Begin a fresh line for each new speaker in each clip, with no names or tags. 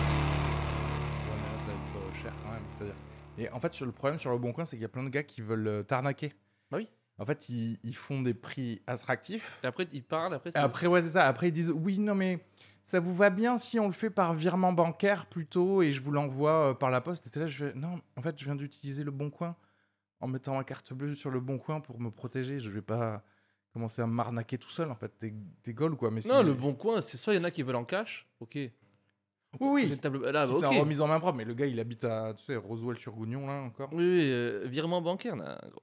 Ouais, mais là, ça va être euh, cher quand même. c'est-à-dire- Et en fait, sur le problème sur le bon coin, c'est qu'il y a plein de gars qui veulent euh, t'arnaquer.
Bah oui.
En fait, ils, ils font des prix attractifs.
Et après, ils parlent, après,
Et
ça-
après, ouais, c'est ça. Après, ils disent Oui, non, mais ça vous va bien si on le fait par virement bancaire plutôt et je vous l'envoie euh, par la poste. Et t'es là, je vais Non, en fait, je viens d'utiliser le bon coin en mettant ma carte bleue sur le bon coin pour me protéger. Je vais pas commencer à m'arnaquer tout seul. En fait, t'es t'es gaule, quoi. Mais si
Non,
j'ai-
le bon coin, c'est soit il y en a qui veulent en cash, ok.
Oui, oui.
C'est une table. Là,
Si
bah,
c'est
ok.
en remise en main propre, mais le gars il habite à tu sais, Roswell-sur-Gougnon là encore.
Oui, oui, euh, virement bancaire, là, gros.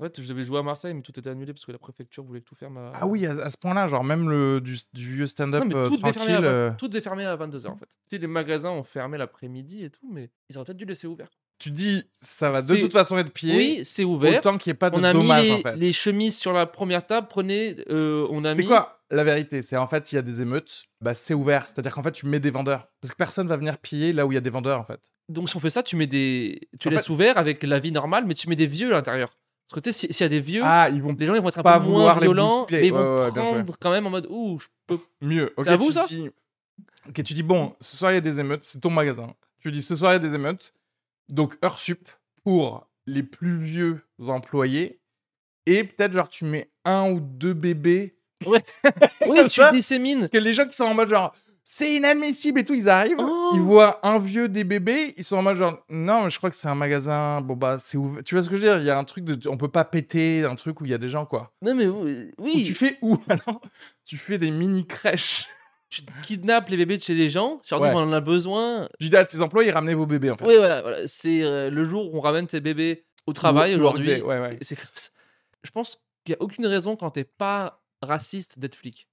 En fait, je devais jouer à Marseille, mais tout était annulé parce que la préfecture voulait tout ferme à.
Ah oui, à, à ce point là, genre même le, du, du vieux
Non,
stand-up
mais
euh,
tout devait fermer
tranquille.
à vingt-
euh,
tout devait fermer à 22h en fait. Tu sais, les magasins ont fermé l'après-midi et tout, mais ils auraient peut-être dû laisser ouvert.
Tu dis, ça va de
C'est-
toute façon être pillé.
Oui, c'est ouvert.
Autant qu'il n'y ait pas de
on a mis
dommages
les,
en fait.
les chemises sur la première table, prenez. euh, on a
C'est
mis.
quoi la vérité C'est en fait, s'il y a des émeutes, bah, c'est ouvert. C'est-à-dire qu'en fait, tu mets des vendeurs. Parce que personne va venir piller là où il y a des vendeurs en fait.
Donc si on fait ça, tu mets des. Tu
En
laisses ouvert avec la vie normale, mais tu mets des vieux à l'intérieur. Parce que tu sais, si- s'il y a des vieux.
Ah, ils vont
les gens ils vont être un
Pas
peu
vouloir
moins
les
violents,
bousculer.
mais ils
Ouais,
vont
ouais, bien joué.
prendre quand même en mode ouh, je peux.
mieux.
C'est
Ok,
à vous,
tu
ça
dis- Ok, tu dis, bon, ce soir il y a des émeutes, c'est ton magasin. Tu dis, ce soir il y a des émeutes, donc heure sup pour les plus vieux employés. Et peut-être, genre, tu mets un ou deux bébés.
Oui,
Comme
tu
ça.
dissémines.
Parce que les gens qui sont en mode, genre, c'est inadmissible et tout, ils arrivent,
Oh.
ils voient un vieux, des bébés, ils sont en mode, genre, non, mais je crois que c'est un magasin, bon, bah, c'est ouvert. Tu vois ce que je veux dire Il y a un truc de. On peut pas péter, un truc où il y a des gens, quoi.
Non mais euh,
Ou
oui,
tu
tu,
fais où alors Tu fais des mini-crèches.
kidnappes les bébés de chez les gens, tu leur
Ouais.
dis on en a besoin.
Tu dis à tes employés, ramenez vos bébés, en fait.
Oui, voilà, voilà. c'est euh, le jour où on ramène tes bébés au travail
Ou- ou
aujourd'hui.
Workday, ouais, ouais.
C'est comme ça. Je pense qu'il n'y a aucune raison quand t'es pas raciste d'être flic.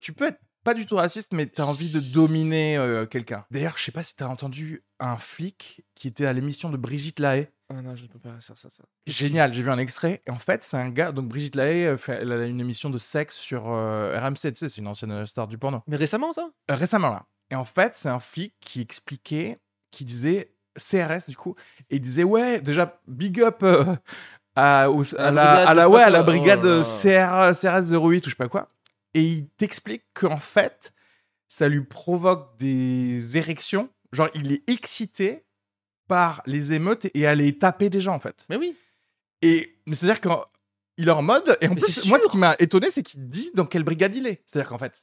tu peux être pas du tout raciste, mais t'as envie de dominer euh, quelqu'un. D'ailleurs, je sais pas si t'as entendu un flic qui était à l'émission de Brigitte Lahaye.
Ah non, je ne peux pas faire ça. ça.
Génial, j'ai vu un extrait. Et en fait, c'est un gars. Donc, Brigitte Lahaye, euh, fait- elle a une émission de sexe sur euh, RMC. Tu sais, c'est une ancienne euh, star du porno.
Mais récemment ça
Euh, récemment, là. Et en fait, c'est un flic qui expliquait, qui disait CRS, du coup. Et il disait, ouais, déjà, big up euh, à, au- à
À la
la,
brigade,
à la-
je sais
ouais,
pas
à la
quoi.
brigade
Oh là
euh,
là.
CR, CRS 08 ou je sais pas quoi. Et il t'explique qu'en fait, ça lui provoque des érections. Genre, il est excité par les émeutes et à les taper des gens, en fait.
Mais oui.
Et mais c'est-à-dire qu'il est en mode. Et en
Mais
plus,
c'est
moi, ce
sûr.
qui m'a étonné, c'est qu'il dit dans quelle brigade il est. C'est-à-dire qu'en fait,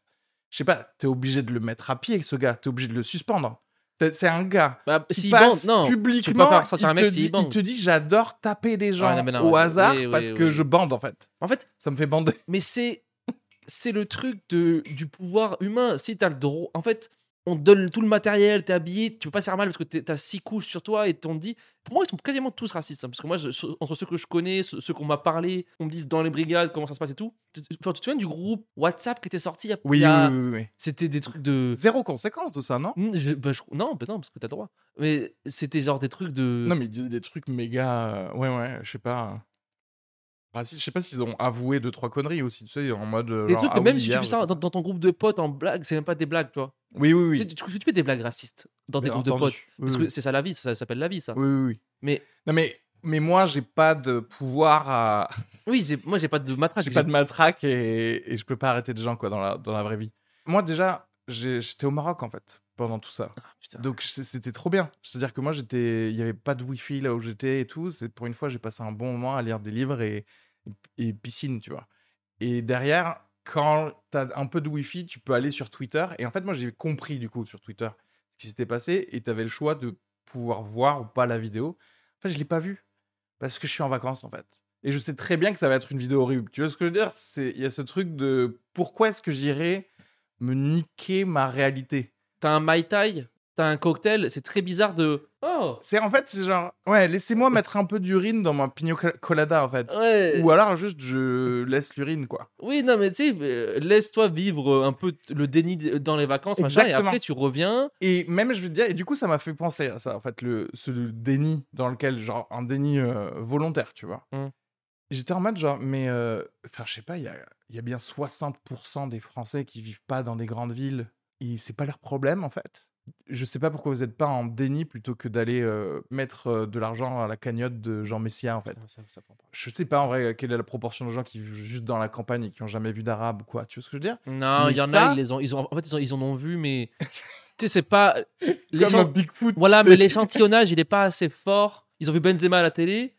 je sais pas, t'es obligé de le mettre à pied, ce gars. T'es obligé de le suspendre. C'est c'est un gars.
Bah,
qui
s'il
passe
bande, non. tu peux
publiquement,
pas faire sortir
il,
un mec
te
s'il
dit, il
bande.
te dit j'adore taper des gens
non, mais non,
au
oui,
hasard
oui,
parce
oui,
que
oui.
je bande en fait.
En fait,
Ça me fait bander.
Mais c'est c'est le truc de, du pouvoir humain. Si t'as le droit, en fait, on te donne tout le matériel, t'es habillé, tu peux pas te faire mal parce que t'es- t'as six couches sur toi et t'en dit. Pour moi, ils sont quasiment tous racistes. hein, parce que moi, je- sur- entre ceux que je connais, ceux, ceux qu'on m'a parlé, on me dit dans les brigades comment ça se passe et tout. Tu, tu- enfin, tu te souviens du groupe WhatsApp qui était sorti il y a-
Oui,
il y a-
oui, oui, oui,
C'était des trucs de.
oui. Zéro conséquence de ça, non
Hmm, je- bah, je- non, bah non, parce que t'as le droit. Mais c'était genre des trucs de.
Non, mais ils disaient des trucs méga. euh, ouais, ouais, je sais pas. euh, racistes. je sais pas s'ils ont avoué deux trois conneries aussi, tu sais, en mode. euh,
des
genre,
trucs que
ah
même
oui,
si tu
hier,
fais
j'ai
ça
fait
dans, dans ton groupe de potes en blague, c'est même pas des blagues, toi.
Oui, oui, oui.
Tu, tu- tu fais des blagues racistes dans tes
Bien
groupes de
entendu.
potes.
Oui,
Parce
oui.
que c'est ça la vie, ça, s'appelle la vie, ça.
Hmm. Oui, oui, oui.
Mais-
Non, mais, mais moi, j'ai pas de pouvoir à.
Oui, j'ai- moi j'ai pas de matraque.
J'ai pas de matraque et, et je peux pas arrêter des gens, quoi, dans la, dans la vraie vie. Moi, déjà, j'ai- j'étais au Maroc, en fait, pendant tout ça.
Ah, putain.
Donc, c'est- c'était trop bien. C'est-à-dire que moi, j'étais. Il y avait pas de wifi là où j'étais et tout. C'est pour une fois, j'ai passé un bon moment à lire des livres et, et piscine, tu vois. Et derrière, quand t'as un peu de wifi, tu peux aller sur Twitter. Et en fait, moi, j'ai compris, du coup, sur Twitter, ce qui s'était passé et tu avais le choix de pouvoir voir ou pas la vidéo. En fait, je l'ai pas vue parce que je suis en vacances en fait. Et je sais très bien que ça va être une vidéo horrible. Tu vois ce que je veux dire C'est il y a ce truc de pourquoi est-ce que j'irais me niquer ma réalité
T'as un Mai Tai, t'as un cocktail, c'est très bizarre de. Oh
C'est en fait c'est genre ouais, laissez-moi mettre un peu d'urine dans ma pino colada en fait.
Ouais.
Ou alors juste je laisse l'urine quoi.
Oui, non, mais tu sais, euh, laisse-toi vivre euh, un peu t- le déni d- dans les vacances, machin, et
Exactement.
après tu reviens.
Et même, je veux te dire, et du coup, ça m'a fait penser à ça, en fait, le, ce déni dans lequel, genre, un déni euh, volontaire, tu vois.
Mm.
J'étais en mode, genre, mais, euh, enfin, je sais pas, il y a, il y a bien 60% des Français qui vivent pas dans des grandes villes, et c'est pas leur problème, en fait. Je sais pas pourquoi vous êtes pas en déni plutôt que d'aller euh, mettre euh, de l'argent à la cagnotte de Jean Messia, en fait. Je sais pas, en vrai, quelle est la proportion de gens qui vivent juste dans la campagne et qui ont jamais vu d'arabe ou quoi, tu vois ce que je veux dire
Non,
Mais
il y en
ça-
a, ils, les ont, ils ont, en fait, ils, ont- ils en ont vu, mais. tu sais, c'est pas. les
Comme
gens-
un Bigfoot, tu
Voilà,
sais.
mais l'échantillonnage, il est pas assez fort. Ils ont vu Benzema à la télé,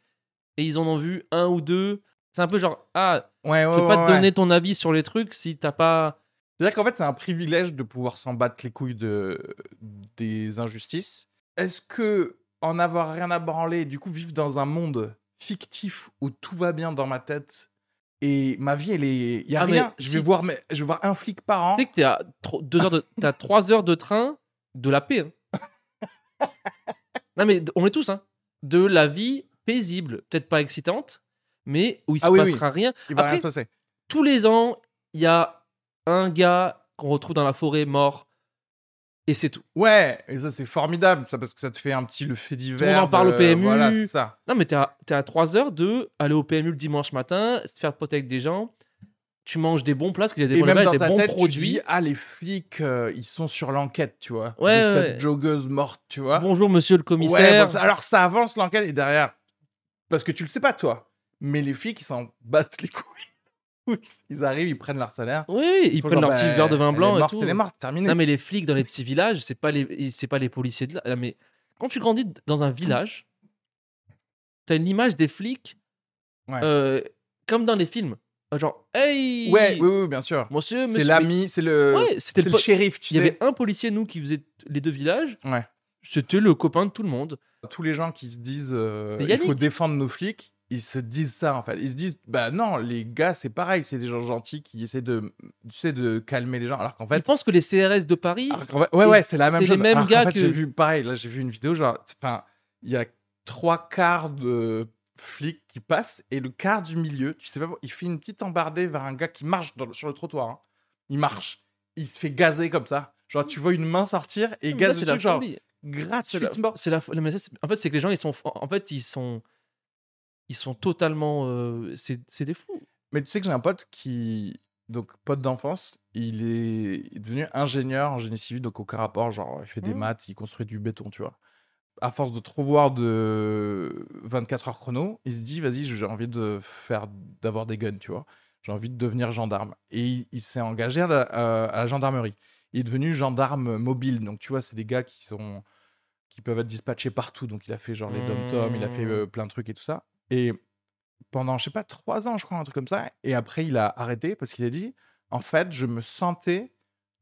et ils en ont vu un ou deux. C'est un peu genre, ah,
Ouais,
je
ouais,
peux
ouais,
pas te
ouais.
donner ton avis sur les trucs si t'as pas.
C'est-à-dire qu'en fait, c'est un privilège de pouvoir s'en battre les couilles de... des injustices. Est-ce que en avoir rien à branler et du coup vivre dans un monde fictif où tout va bien dans ma tête et ma vie, elle est. Y a
Ah, mais
rien. Je vais,
si-
voir,
si-
mais... je vais voir un flic par an.
Tu sais que t'es à tro- deux heures de- t'as trois heures de train de la paix. hein. non, mais d- on est tous, hein. De la vie paisible, peut-être pas excitante, mais où il se
Ah oui, oui.
passera rien.
Il va rien
après-
se passer.
Tous les ans, il y a un gars qu'on retrouve dans la forêt mort, et c'est tout.
Ouais, et ça, c'est formidable, ça, parce que ça te fait un petit le fait divers.
monde en parle au
de-
PMU.
Voilà, c'est ça.
Non, mais t'es à, t'es à trois heures de aller au PMU le dimanche matin, se faire poter avec des gens, tu manges des bons plats, parce qu'il y a des
Et
bons
même
labels,
dans
des
ta
bons
tête,
produits.
tu dis Ah, les flics, euh, ils sont sur l'enquête, tu vois.
Ouais,
de
ouais,
cette
ouais.
joggeuse morte, tu vois.
Bonjour, monsieur
ah.
le
Ouais,
commissaire.
bon, ça- alors ça avance l'enquête et derrière, parce que tu le sais pas toi, mais les flics ils s'en battent les couilles. Ils arrivent, ils prennent leur salaire.
Oui, oui, ils
Faut
prennent
genre,
leur petit
bah,
verre de vin
elle
blanc
est
et
morte,
tout.
Elle est morte, terminé.
Non, mais les flics dans les petits villages, c'est pas les, c'est pas les policiers de là. Non, mais quand tu grandis d- dans un village, t'as une image des flics
Ouais.
euh, comme dans les films. Euh, Genre, hey,
Ouais, oui, oui, bien sûr.
monsieur, monsieur.
C'est l'ami, c'est le,
Ouais,
c'est
c'était
le
le po-
shérif. Tu
Il y
sais.
avait un policier, nous, qui faisait les deux villages.
Ouais.
C'était le copain de tout le monde.
tous les gens qui se disent euh,
Mais
il
Yannick-
faut défendre nos flics, ils se disent ça en fait. Ils se disent bah non, les gars c'est pareil, c'est des gens gentils qui essaient de, tu sais, de calmer les gens, alors qu'en fait Ah,
Il pense que les CRS de Paris.
Alors qu'en fait- ouais, ouais, c'est la
c'est
même
les
chose.
mêmes
Alors qu'en
gars
fait,
que-
J'ai vu, pareil, là, j'ai vu une vidéo, genre, enfin, il y a trois quarts de flics qui passent et le quart du milieu, tu sais pas, il fait une petite embardée vers un gars qui marche dans le- sur le trottoir. hein. Il marche. Il se fait gazer comme ça. Genre, tu vois une main sortir et
mais là,
gaze
c'est
le
la
truc, genre,
folie. C'est la-
gratuitement.
C'est la, fo- mais ça, c'est- en fait, c'est que les gens, ils sont. En fait, ils sont. Ils sont totalement. euh, c'est c'est des fous.
Mais tu sais que j'ai un pote qui, donc pote d'enfance, il est devenu ingénieur en génie civil, donc aucun rapport, genre il fait des
Mm.
maths, il construit du béton, tu vois. À force de trop voir de 24 heures chrono, il se dit, vas-y, j'ai envie de faire, d'avoir des guns, tu vois. J'ai envie de devenir gendarme. Et il, il s'est engagé à la, à- à la gendarmerie. Il est devenu gendarme mobile, donc tu vois, c'est des gars qui sont qui peuvent être dispatchés partout. Donc il a fait genre les dom-toms, il a fait
Mm.
euh, plein de trucs et tout ça. Et pendant, je sais pas, trois ans, je crois, un truc comme ça. Et après, il a arrêté parce qu'il a dit En fait, je me sentais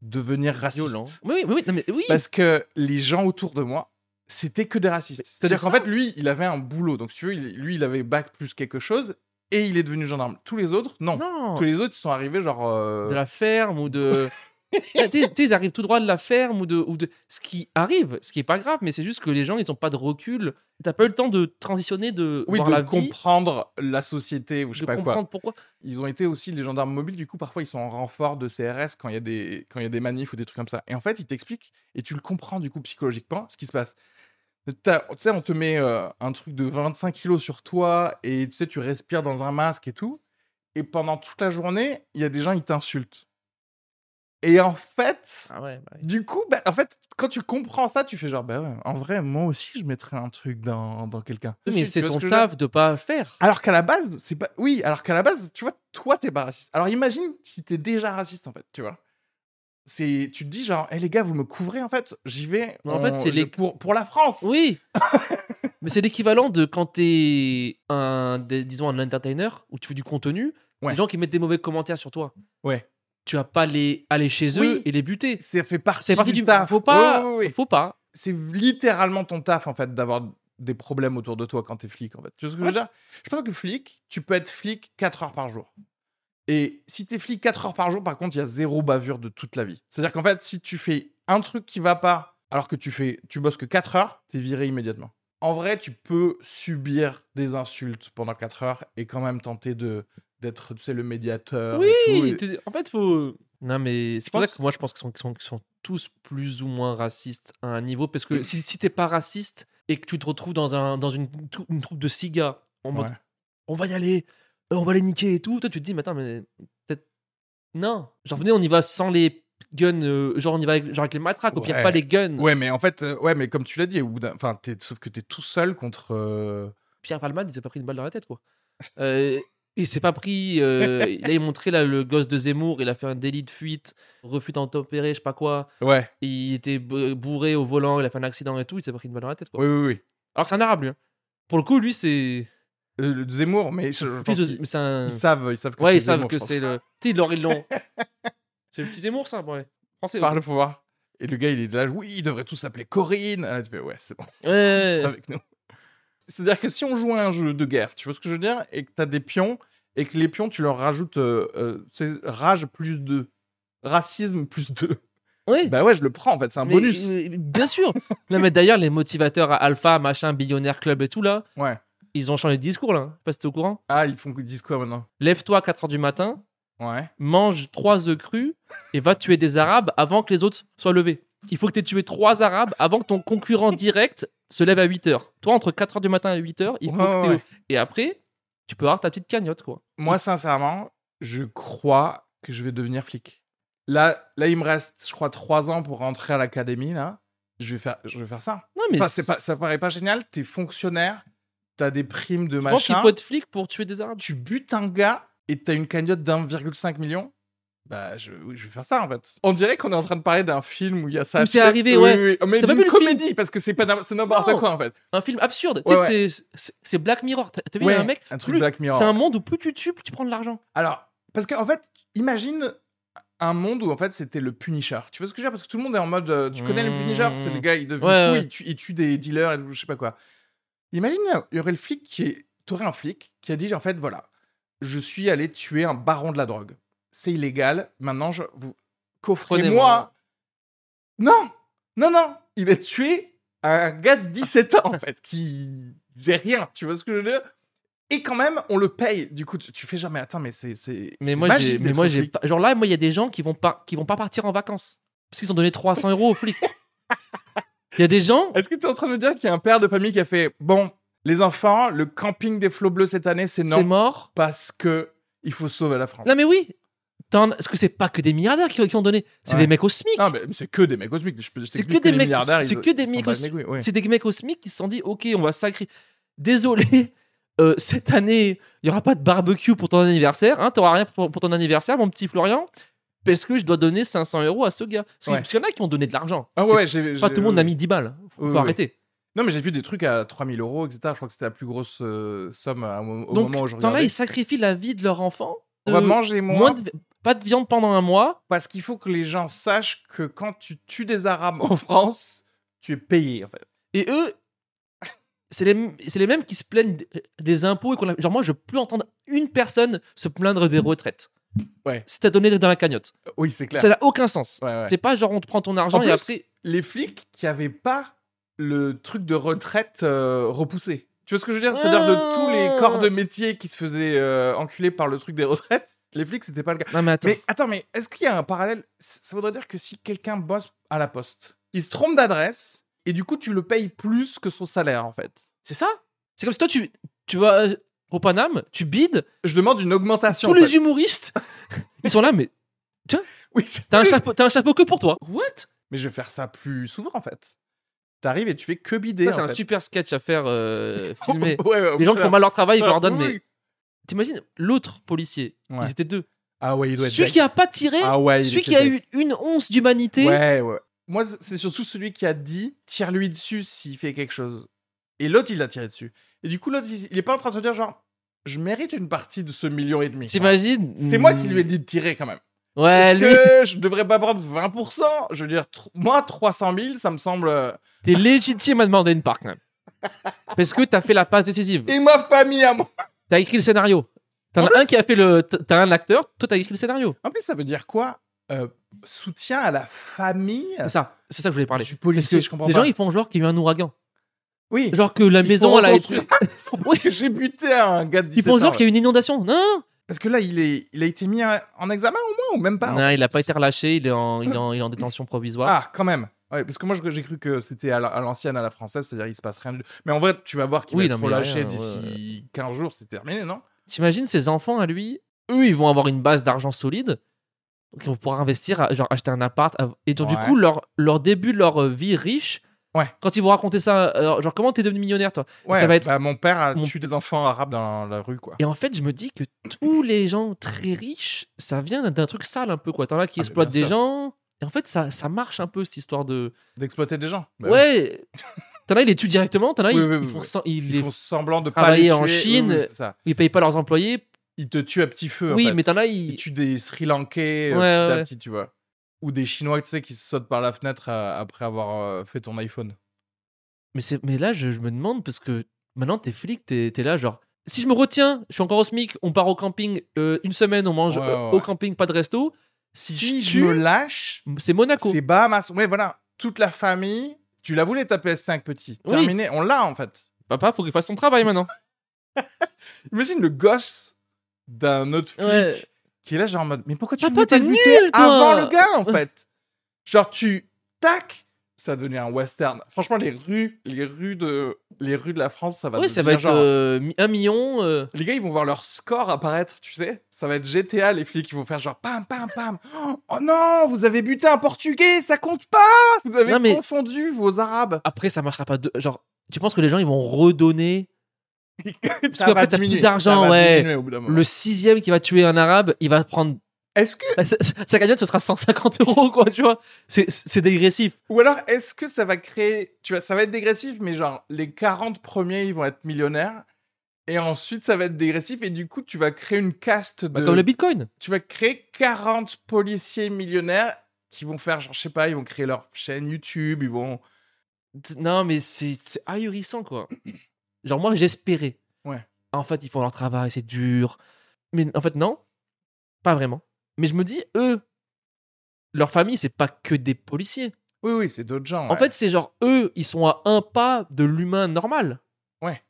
devenir raciste.
Violents. Oui, oui, oui, non, mais oui.
Parce que les gens autour de moi, c'était que des racistes.
c'est
C'est-à-dire qu'en
ça.
fait, lui, il avait un boulot. Donc, si tu veux, il- lui, il avait bac plus quelque chose et il est devenu gendarme. Tous les autres, non. Euh.
non.
Tous les autres, ils sont arrivés genre. euh,
de la ferme ou de. Ah, tu sais, tu sais, ils arrivent tout droit de la ferme ou de, ou de. Ce qui arrive, ce qui est pas grave, mais c'est juste que les gens, ils ont pas de recul. T'as pas eu le temps de transitionner, de
Oui,
voir
de
la vie,
comprendre la société ou je sais
de
pas quoi.
comprendre pourquoi.
ils ont été aussi les gendarmes mobiles. Du coup, parfois, ils sont en renfort de CRS quand il y a des quand il y a des manifs ou des trucs comme ça. Et en fait, ils t'expliquent et tu le comprends du coup psychologiquement ce qui se passe. T'as- Tu sais, on te met euh, un truc de 25 kilos sur toi et tu sais, tu respires dans un masque et tout. Et pendant toute la journée, il y a des gens ils t'insultent. Et en fait,
Ah ouais, bah ouais.
du coup, bah, en fait, quand tu comprends ça, tu fais genre, bah ouais, en vrai, moi aussi, je mettrais un truc dans, dans quelqu'un.
Mais
Tu
c'est
vois ce
ton
que je veux dire Ah,
taf de pas faire.
alors qu'à la base, c'est pas. Oui, alors qu'à la base, tu vois, toi, t'es pas raciste. Alors imagine si t'es déjà raciste, en fait, tu vois. C'est, tu te dis genre, hé les gars, vous me couvrez en fait, j'y vais.
Mais en fait, c'est
je-
les-
pour, pour la France.
Oui. mais c'est l'équivalent de quand t'es un, des- disons, un entertainer où tu fais du contenu,
Ouais.
les gens qui mettent des mauvais commentaires sur toi.
Ouais.
tu vas pas les aller chez eux
Oui.
et les buter.
Ça fait partie,
C'est parti
du,
du.
taf.
Faut pas.
Ouais, ouais, ouais.
Faut pas.
C'est littéralement ton taf, en fait, d'avoir des problèmes autour de toi quand t'es flic, en fait. Tu vois ce que je veux dire Je pense que flic, tu peux être flic 4 heures par jour. Et si t'es flic 4 heures par jour, par contre, il y a zéro bavure de toute la vie. C'est-à-dire qu'en fait, si tu fais un truc qui va pas, alors que tu fais, tu bosses que 4 heures, t'es viré immédiatement. En vrai, tu peux subir des insultes pendant 4 heures et quand même tenter de d'être, tu sais, le médiateur.
Oui,
et tout, et-
t'es- en fait, faut. Non, mais c'est pour
pense-
ça que moi, je pense qu'ils sont, qu'ils sont, qu'ils sont tous plus ou moins racistes à un niveau. Parce que si, si t'es pas raciste et que tu te retrouves dans, un, dans une, trou- une troupe de six gars en mode
Ouais.
on va y aller, euh, on va les niquer et tout, toi, tu te dis, mais attends, mais peut-être. Non, genre, venez, on y va sans les guns, euh, genre, on y va avec, genre avec les matraques, au pire,
Ouais.
pas les guns,
Ouais, mais en fait, euh, ouais, mais comme tu l'as dit, au bout d'un- enfin, t'es- sauf que t'es tout seul contre. euh,
Pierre Palman, il s'est pas pris une balle dans la tête, quoi. Euh, il s'est pas pris. euh, là, il montrait là, le gosse de Zemmour, il a fait un délit de fuite, refus d'entempérer, je sais pas quoi.
Ouais,
Il était bo- bourré au volant, il a fait un accident et tout, il s'est pas pris une balle dans la tête, quoi.
oui, oui, oui.
Alors que c'est un arabe, lui. hein. Pour le coup, lui, c'est.
Euh, le Zemmour, mais je, je pense
fils de-
qu'ils-
c'est un-
ils savent, ils savent que
Ouais,
c'est
ils savent
Zemmour,
que
je pense.
c'est le. Tu sais, ils l'ont- ils l'ont. c'est le petit Zemmour, ça, bon, allez. Français.
Par
ouais.
le pouvoir. Et le gars, il est là, oui, ils devraient tous s'appeler Corinne. Ah, tu fais, ouais, c'est bon,
Ouais.
avec nous. C'est-à-dire que si on jouait à un jeu de guerre, tu vois ce que je veux dire, et que t'as des pions, et que les pions, tu leur rajoutes euh, euh, tu sais, rage plus 2, racisme plus 2.
Ouais.
Bah ouais, je le prends en fait, c'est un
Mais,
bonus.
euh, bien sûr. Là, mais d'ailleurs, les motivateurs à Alpha, machin, billionnaire club et tout là,
Ouais.
ils ont changé de discours là. hein. Je sais pas si t'es au courant.
Ah, ils font ils disent quoi maintenant
Lève-toi à 4h du matin,
Ouais.
mange 3 œufs crus et va tuer des Arabes avant que les autres soient levés. Il faut que tu aies tué 3 Arabes avant que ton concurrent direct se lève à 8h. Toi, entre 4h du matin et 8h, il faut
Ouais,
que
ouais,
t'aies- Et après, tu peux avoir ta petite cagnotte, quoi.
Moi, sincèrement, je crois que je vais devenir flic. Là, là, il me reste, je crois, trois ans pour rentrer à l'académie. Là, je vais faire, je vais faire ça.
Non, mais
Enfin, c'est pas, ça paraît pas génial. T'es fonctionnaire, t'as des primes de
Je pense qu'il
machin.
faut être flic pour tuer des Arabes.
Tu butes un gars et t'as une cagnotte d'1,5 million. Bah, je, oui, je vais faire ça en fait. On dirait qu'on est en train de parler d'un film où il y a ça.
Où c'est
affiché.
arrivé,
Oui,
ouais.
oui, oui. Mais
T'as pas
d'une
vu le film
comédie parce que c'est pas, na- c'est n'importe
Non.
quoi en fait.
Un film absurde.
Ouais,
tu sais, c'est- c'est- C'est Black Mirror. T'as t'as vu, il y a
Ouais,
un mec.
un truc
plus-
Black Mirror.
C'est un monde où plus tu tues, plus tu prends de l'argent.
Alors, parce qu'en fait, imagine un monde où en fait c'était le Punisher. Tu vois ce que je veux dire Parce que tout le monde est en mode, euh, tu connais le Punisher, c'est le gars, il devient
Mmh. Ouais,
fou,
ouais.
Il, tue, il tue des dealers et tout, je sais pas quoi. Imagine, il y aurait le flic qui est. T'aurais un flic qui a dit, en fait, voilà, je suis allé tuer un baron de la drogue. C'est illégal, maintenant je. Vous... Coffrez-moi.
Prenez-moi.
Non Non, non Il a tué un gars de 17 ans, en fait, qui. faisait rien, tu vois ce que je veux dire et quand même, on le paye. Du coup, tu, tu fais jamais. Attends, mais c'est c'est
Mais
c'est
moi, j'ai.
magique
Mais
d'être
moi, j'ai.
flic.
pas- Genre là, moi, il y a des gens qui vont pas, qui vont pas partir en vacances parce qu'ils ont donné 300 euros aux flics. Il y a des gens.
Est-ce que tu es en train de me dire qu'il y a un père de famille qui a fait bon, les enfants, le camping des flots bleus cette année, c'est
C'est
non
mort.
parce que il faut sauver la France.
Non, mais oui. T'en- Parce que c'est pas que des milliardaires qui, qui ont donné. C'est
Ouais.
des mecs au SMIC.
Non, mais c'est que des mecs cosmiques. Je peux je
C'est
t'explique
que des
les
mecs-
milliardaires,
c'est
ils-
que des
ils s'en
mecs
battent les couilles, ouais.
C'est des mecs au SMIC qui se sont dit Ok, on va sacrer. Désolé, euh, cette année, il y aura pas de barbecue pour ton anniversaire. Hein, T'auras rien pour, pour ton anniversaire, mon petit Florian. Parce que je dois donner 500 euros à ce gars. Parce que-
Ouais.
parce qu'il y en a qui ont donné de l'argent.
Ah
C'est
ouais, j'ai-
Pas
j'ai-
tout le monde a mis 10 balles. Faut,
Oui,
faut
oui.
arrêter.
Non, mais j'ai vu des trucs à 3000 euros, etc. Je crois que c'était la plus grosse euh, somme à- au, au
Donc,
moment où je
t'en là,
regardais.
ils sacrifient la vie de leur enfant.
On va
Euh,
manger moins,
moins de- Pas de viande pendant un mois.
parce qu'il faut que les gens sachent que quand tu tues des Arabes en France, tu es payé en fait.
Et eux, c'est les, c'est les mêmes qui se plaignent d- des impôts. Et qu'on a- Genre, moi, je veux plus entendre une personne se plaindre des retraites.
Ouais.
Si t'as donné dans la cagnotte.
Oui, c'est clair.
Ça n'a aucun sens.
Ouais, ouais.
C'est pas genre on te prend ton argent
En
et
plus,
après.
les flics qui avaient pas le truc de retraite euh, repoussé. Tu vois ce que je veux dire C'est-à-dire de tous
Ah.
les corps de métier qui se faisaient euh, enculer par le truc des retraites, les flics, c'était pas le cas.
Non, mais attends.
Mais attends, mais est-ce qu'il y a un parallèle C- Ça voudrait dire que si quelqu'un bosse à la poste, il se trompe d'adresse et du coup, tu le payes plus que son salaire, en fait.
C'est ça C'est comme si toi, tu, tu vas euh, au Paname, tu bides,
Je demande une augmentation.
tous
en
les
fait.
humoristes, ils sont là, mais
Oui, c'est-
t'as un, chapeau- t'as un chapeau que pour toi. What
mais je vais faire ça plus souvent, en fait. T'arrives et tu fais que bider.
Ça, c'est
en
un
fait.
super sketch à faire euh, filmer.
Ouais, ouais,
Les gens qui font mal leur travail, ils leur donnent,
Oui,
mais
Oh, oui.
t'imagines l'autre policier,
Ouais.
ils étaient deux.
Ah ouais, il doit être
Celui
dingue.
qui a pas tiré,
Ah ouais, il
celui
était
qui a
dingue.
eu une once d'humanité,
Ouais, ouais. Moi, c- c'est surtout celui qui a dit tire-lui dessus s'il fait quelque chose. Et l'autre, il l'a tiré dessus. Et du coup, l'autre, il il est pas en train de se dire genre, je mérite une partie de ce million et demi.
t'imagines Hmm.
C'est moi qui lui ai dit de tirer quand même.
Ouais, lui,
Que je devrais pas prendre 20%. Je veux dire, tr- moi, 300 000, ça me semble. euh,
t'es légitime à demander une part quand même. Parce que t'as fait la passe décisive.
Et ma famille à moi
T'as écrit le scénario.
En
T'en
plus-
as un qui a fait le. t- T'as un acteur, toi t'as écrit le scénario.
En plus, ça veut dire quoi Euh, Soutien à la famille
C'est ça, c'est ça que je voulais parler.
du
Parce
policier,
que
Ah. je comprends
les
pas.
gens ils font genre qu'il y a eu un ouragan.
Oui.
Genre que la
Ils
maison
font
elle a été.
reconstruire la maison parce que j'ai buté à un gars de 17
Ils font
ans.
genre qu'il y a eu une inondation. Non, non,
Parce que là, il, est, il a été mis en- en examen au moins, ou même pas hein.
non. Non, il a pas été relâché, il est en, il est en, il est en détention provisoire.
Ah, quand même. Ouais, parce que moi, je- j'ai cru que c'était à la- à l'ancienne, à la française, c'est-à-dire il se passe rien. du- Mais en vrai, tu vas voir qu'il
Oui,
va
non,
être
mais il y a
relâché
rien,
d'ici 15 jours, c'est terminé, non
T'imagines ses enfants à lui, eux ils vont avoir une base d'argent solide. Donc ils vont pouvoir investir, à- genre acheter un appart. à- Et donc
Ouais.
du coup, leur, leur début de leur euh, vie riche,
Ouais.
quand ils vont raconter ça, euh, genre comment t'es devenu millionnaire toi
Ouais,
Ça va être-
bah, mon père a
Mon-
tué des enfants arabes dans la rue, quoi.
Et en fait, je me dis que tous les gens très riches, ça vient d'un truc sale un peu, quoi. T'en as qui
Ah, mais
exploitent
bien
des
sûr.
gens. Et en fait, ça, ça marche un peu, cette histoire de.
D'exploiter des gens. Bah,
ouais T'en as, ils les tuent directement. T'en as,
Oui,
ils,
oui,
ils
oui,
font
oui.
sans- ils
Ils
les-
font semblant de pas les
travailler
tuer.
en
Oui,
Chine.
oui, c'est ça.
ils payent pas leurs employés.
Ils te tuent à petit feu. en
oui,
fait.
mais t'en as,
Ils
ils.
tuent des Sri Lankais euh,
Ouais,
petit à
ouais.
petit, tu vois. Ou des Chinois, tu sais, qui se sautent par la fenêtre euh, après avoir euh, fait ton iPhone.
Mais, c'est- mais là, je, je me demande, parce que maintenant, t'es flic, t'es es là, genre. Si je me retiens, je suis encore au SMIC, on part au camping euh, une semaine, on mange
Ouais,
euh,
ouais,
au
ouais.
camping, pas de resto. Si,
Si
je
je
tue,
me lâche,
c'est Monaco.
C'est Bahamas. Ouais, voilà. Toute la famille. Tu la voulais ta PS5 petit.
Oui.
Terminé. On l'a en fait.
Papa, faut qu'il fasse son travail maintenant.
Imagine le gosse d'un autre flic
Ouais.
qui est là genre en mode mais pourquoi tu
Papa,
voulais pas
t'es
le
nul,
buter
toi
avant le gars en fait. Genre tu tac ça va devenir un western. Franchement les rues les rues de les rues de la France ça va
oui,
devenir
ça va être
genre-
euh, mi- un million. euh,
Les gars, ils vont voir leur score apparaître, tu sais. Ça va être GTA, les flics, ils vont faire genre pam, pam, pam. Oh non, vous avez buté un Portugais, ça compte pas Vous avez
Non, mais-
confondu vos Arabes.
Après, ça marchera pas. De... Genre, tu penses que les gens ils vont redonner
ça
qu'après,
va
t'as plus
diminuer,
d'argent,
ça va
ouais.
diminuer au bout d'un moment.
le sixième qui va tuer un arabe, il va prendre
Est-ce que
sa, sa cagnotte, ce sera 150 euros quoi, tu vois. C'est- C'est dégressif.
ou alors est-ce que ça va créer tu vois ça va être dégressif mais genre les 40 premiers ils vont être millionnaires et ensuite ça va être dégressif et du coup tu vas créer une caste
Bah,
de
Comme le Bitcoin.
tu vas créer 40 policiers millionnaires qui vont faire genre je sais pas ils vont créer leur chaîne YouTube ils vont
T- Non, mais c'est c'est ahurissant quoi. Genre moi j'espérais.
Ouais.
En fait, ils font leur travail, c'est dur. Mais en fait non, pas vraiment. Mais je me dis eux, leur famille c'est pas que des policiers.
oui oui c'est d'autres gens
En fait, c'est genre eux, ils sont à un pas de l'humain normal.
Ouais.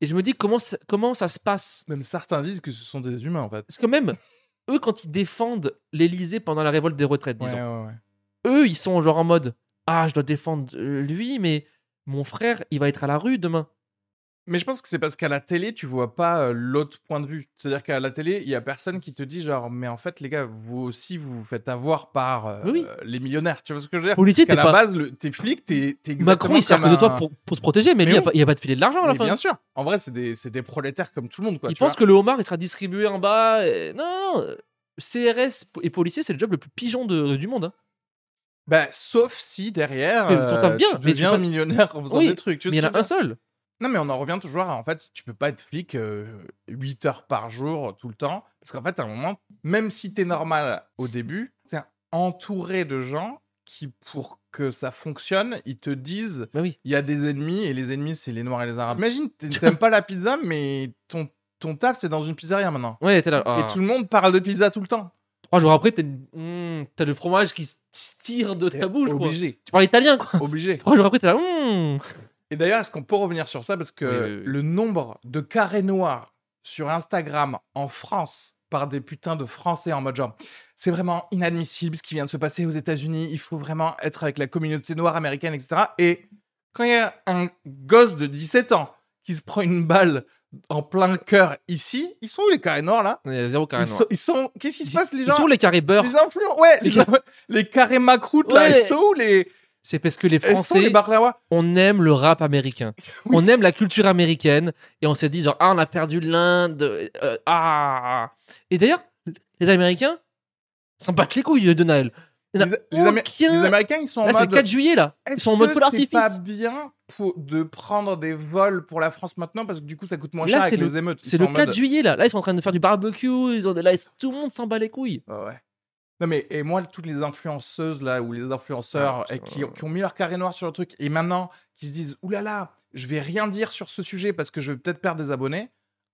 Et je me dis comment ça, comment ça se passe
même certains disent que ce sont des humains en fait
Parce que même eux, quand ils défendent l'Élysée pendant la révolte des retraites,
Ouais,
disons,
ouais, ouais.
eux, ils sont genre en mode ah, je dois défendre euh, lui, mais mon frère, il va être à la rue demain.
Mais je pense que c'est parce qu'à la télé, tu vois pas euh, l'autre point de vue. C'est-à-dire qu'à la télé, il y a personne qui te dit genre, mais en fait, les gars, vous aussi, vous vous faites avoir par euh,
Oui, oui.
euh, les millionnaires. Tu vois ce que je veux dire
Policier,
Ah, Qu'à
t'es
la
pas.
base, le- t'es flic, t'es t'es exactement
Macron, il sert que
comme
de
un-
toi pour, pour se protéger, mais,
Mais
lui, il
oui.
va pas- il va pas te filer de l'argent à la
Mais
fin.
bien sûr. En vrai, c'est des, c'est des prolétaires comme tout le monde, quoi.
il
tu vois.
pense que le homard, il sera distribué en bas. et- Non, non, non. CRS et policier, c'est le job le plus pigeon de- du monde. hein.
Bah, sauf si derrière,
Mais t'en
euh,
tapes bien,
tu
mais tu
deviens
peux-
millionnaire en faisant
Oui,
des trucs. Tu vois
Mais il
ce
y en
que je
a un
veux dire
seul.
Non, mais on en revient toujours à en fait, tu peux pas être flic euh, 8 heures par jour euh, tout le temps. Parce qu'en fait, à un moment, même si t'es normal au début, t'es entouré de gens qui, pour que ça fonctionne, ils te disent
Bah oui.
il y a des ennemis et les ennemis, c'est les Noirs et les Arabes. Imagine, t'- t'aimes pas la pizza, mais ton, ton taf, c'est dans une pizzeria maintenant.
Ouais, t'es là. Ah.
Et tout le monde parle de pizza tout le temps.
Trois jours après, t'as une- mm, t'as le fromage qui se tire de ta bouche, quoi.
Obligé.
Tu parles italien, quoi.
Obligé.
Trois jours après, t'es là. mm.
Et d'ailleurs, est-ce qu'on peut revenir sur ça Parce que
Oui, oui, oui.
le nombre de carrés noirs sur Instagram en France par des putains de Français en mode genre, c'est vraiment inadmissible ce qui vient de se passer aux États-Unis, il faut vraiment être avec la communauté noire américaine, etc. Et quand il y a un gosse de 17 ans qui se prend une balle en plein cœur ici, ils sont où les carrés noirs là
Il y a zéro carré
ils
noir.
sont, ils sont- Qu'est-ce qui se passe les
Ils
gens
sont où les carrés beurre
Les influents, ouais, les,
Les car-
les carrés macroutes là,
Ouais.
ils sont où les,
C'est parce que les
ils sont où, les
Français,
Baklawa
on aime le rap américain.
Oui.
On aime la culture américaine. Et on s'est dit, genre, ah, on a perdu l'Inde. euh, ah. Et d'ailleurs, les Américains, ils s'en battent les couilles de Noël. Il y en a
les, les Amé-
aucun-
les Américains, ils sont en
Là, c'est le
mode
4 juillet, là. Ils
Est-ce
sont en mode
que
feu
c'est pas
d'artifice.
bien pour- de prendre des vols pour la France maintenant parce que du coup ça coûte moins
Là,
cher
c'est
avec
le-
les émeutes. Ils
C'est
sont
le
en
4
mode-
juillet, là. Là, ils sont en train de faire du barbecue. Ils ont... Là, tout le monde s'en bat les couilles.
euh, Ouais, ouais. Non mais et moi toutes les influenceuses là ou les influenceurs
Ah,
eh,
putain.
qui, qui ont mis leur carré noir sur le truc et maintenant qui se disent oulala je vais rien dire sur ce sujet parce que je vais peut-être perdre des abonnés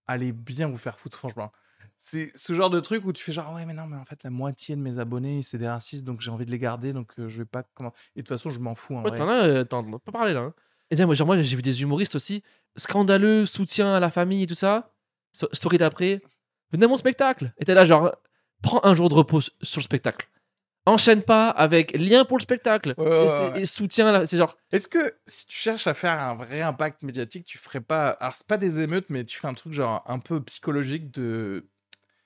allez bien vous faire foutre franchement c'est ce genre de truc où tu fais genre ouais mais non mais en fait la moitié de mes abonnés c'est des racistes donc j'ai envie de les garder donc euh, je vais pas comment et de toute façon je m'en fous en
Ouais,
vrai.
t'en as, euh, t'en- t'en as pas parlé là. hein. Et tiens, moi, genre, moi, j'ai vu des humoristes aussi, scandaleux, soutien à la famille et tout ça. So- Story d'après, venez à mon spectacle. Et t'es là, genre, prends un jour de repos s- sur le spectacle. Enchaîne pas avec lien pour le spectacle
Ouais, ouais,
et, c'est-
Oh, ouais.
et soutien. à la- C'est genre,
Est-ce que si tu cherches à faire un vrai impact médiatique, tu ferais pas. Alors, c'est pas des émeutes, mais tu fais un truc genre un peu psychologique de.